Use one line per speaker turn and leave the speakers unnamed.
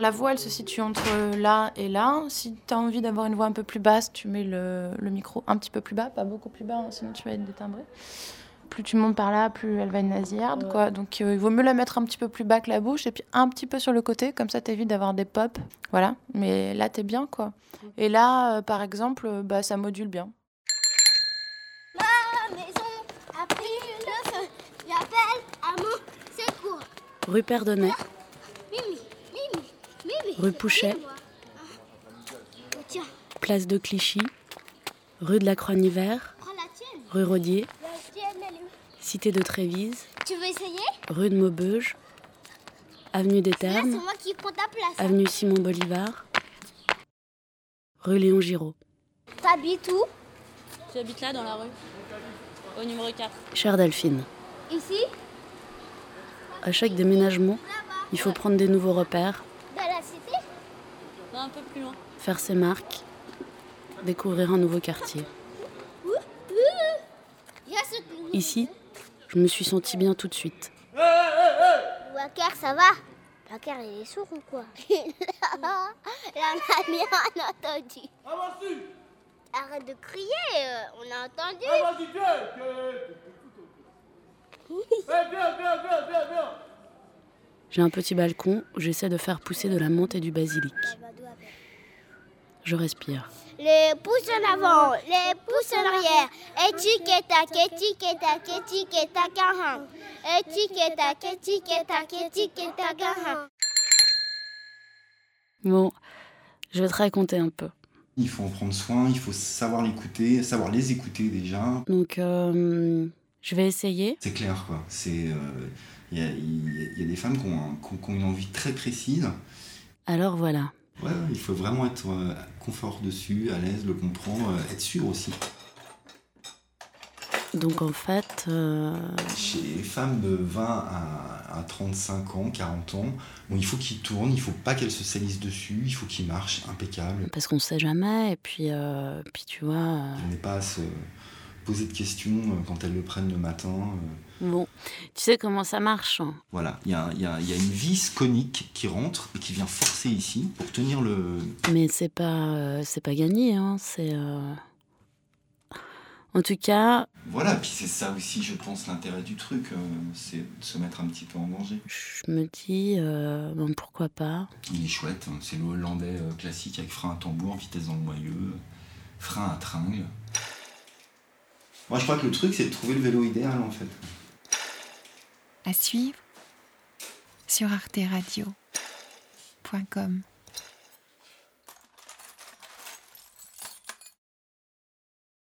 La voix, elle se situe entre là et là. Si tu as envie d'avoir une voix un peu plus basse, tu mets le, le micro un petit peu plus bas, pas beaucoup plus bas, hein, sinon tu vas être détimbré. Plus tu montes par là, plus elle va être nasillarde, quoi. Donc euh, il vaut mieux la mettre un petit peu plus bas que la bouche et puis un petit peu sur le côté, comme ça t'évites d'avoir des pops. Voilà, mais là t'es bien, quoi. Et là, euh, par exemple, euh, bah, ça module bien.
La maison a pris le feu. J'appelle à mon secours.
Rue Perdonnet,
Mimi, Mimi, Mimi.
Rue Pouchet.
Mimi, moi. Oh, tiens,
place de Clichy, rue de la Croix-Niver,
prends la tienne.
rue Rodier,
La tienne, elle est où
cité de Trévise,
Tu veux essayer
rue de Maubeuge, avenue des
Là, c'est
Termes,
moi qui prends ta place.
avenue Simon Bolivar, rue Léon Giraud.
T'habites où
J'habite là dans la rue, au numéro 4.
Chère Delphine,
Ici
à chaque déménagement, il faut prendre des nouveaux repères,
Dans la cité
Non, un peu plus loin.
faire ses marques, découvrir un nouveau quartier.
Il y a ce clou.
Ici, je me suis sentie bien tout de suite.
Wacker, ça va Wacker, il est sourd ou quoi Là, on a bien entendu. Arrête de crier, euh, on a entendu.
J'ai un petit balcon où j'essaie de faire pousser de la menthe et du basilic. Je respire.
Les pouces en avant, les pouces en arrière. Étique et tac, étique et tac, étique et tac, ah, ah. Étique et tac, étique et tac, étique et tac, ah, ah.
Bon, je vais te raconter un peu.
Il faut en prendre soin, il faut savoir l'écouter, savoir les écouter déjà.
Donc, euh, je vais essayer.
C'est clair, quoi. C'est, euh, il y, a, il y a- il y a des femmes qui ont, un- qui ont- qui ont une envie très précise.
Alors voilà.
Ouais, il faut vraiment être euh, confort dessus, à l'aise, le comprendre, euh, être sûr aussi.
Donc en fait, euh,
Chez les femmes de 20 à, à 35 ans, 40 ans, bon, il faut qu'ils tournent, il faut pas qu'elles se salissent dessus, il faut qu'ils marchent impeccable.
parce qu'on sait jamais, et puis, euh, puis tu vois. euh,
On n'est pas à se poser de questions euh, quand elles le prennent le matin. euh,
bon, tu sais comment ça marche. hein.
Voilà, il y a, il y a- il y a une vis conique qui rentre et qui vient forcer ici pour tenir le.
Mais c'est pas, euh, c'est pas gagné. Hein, c'est. euh, En tout cas,
Voilà, puis c'est ça aussi, je pense, l'intérêt du truc, euh, c'est de se mettre un petit peu en danger.
je me dis, euh, bon, pourquoi pas.
Il est chouette, hein, c'est le hollandais euh, classique avec frein à tambour, vitesse dans le moyeu, euh, frein à tringle. Moi, je crois que le truc, c'est de trouver le vélo idéal en fait.
À suivre sur arteradio.com.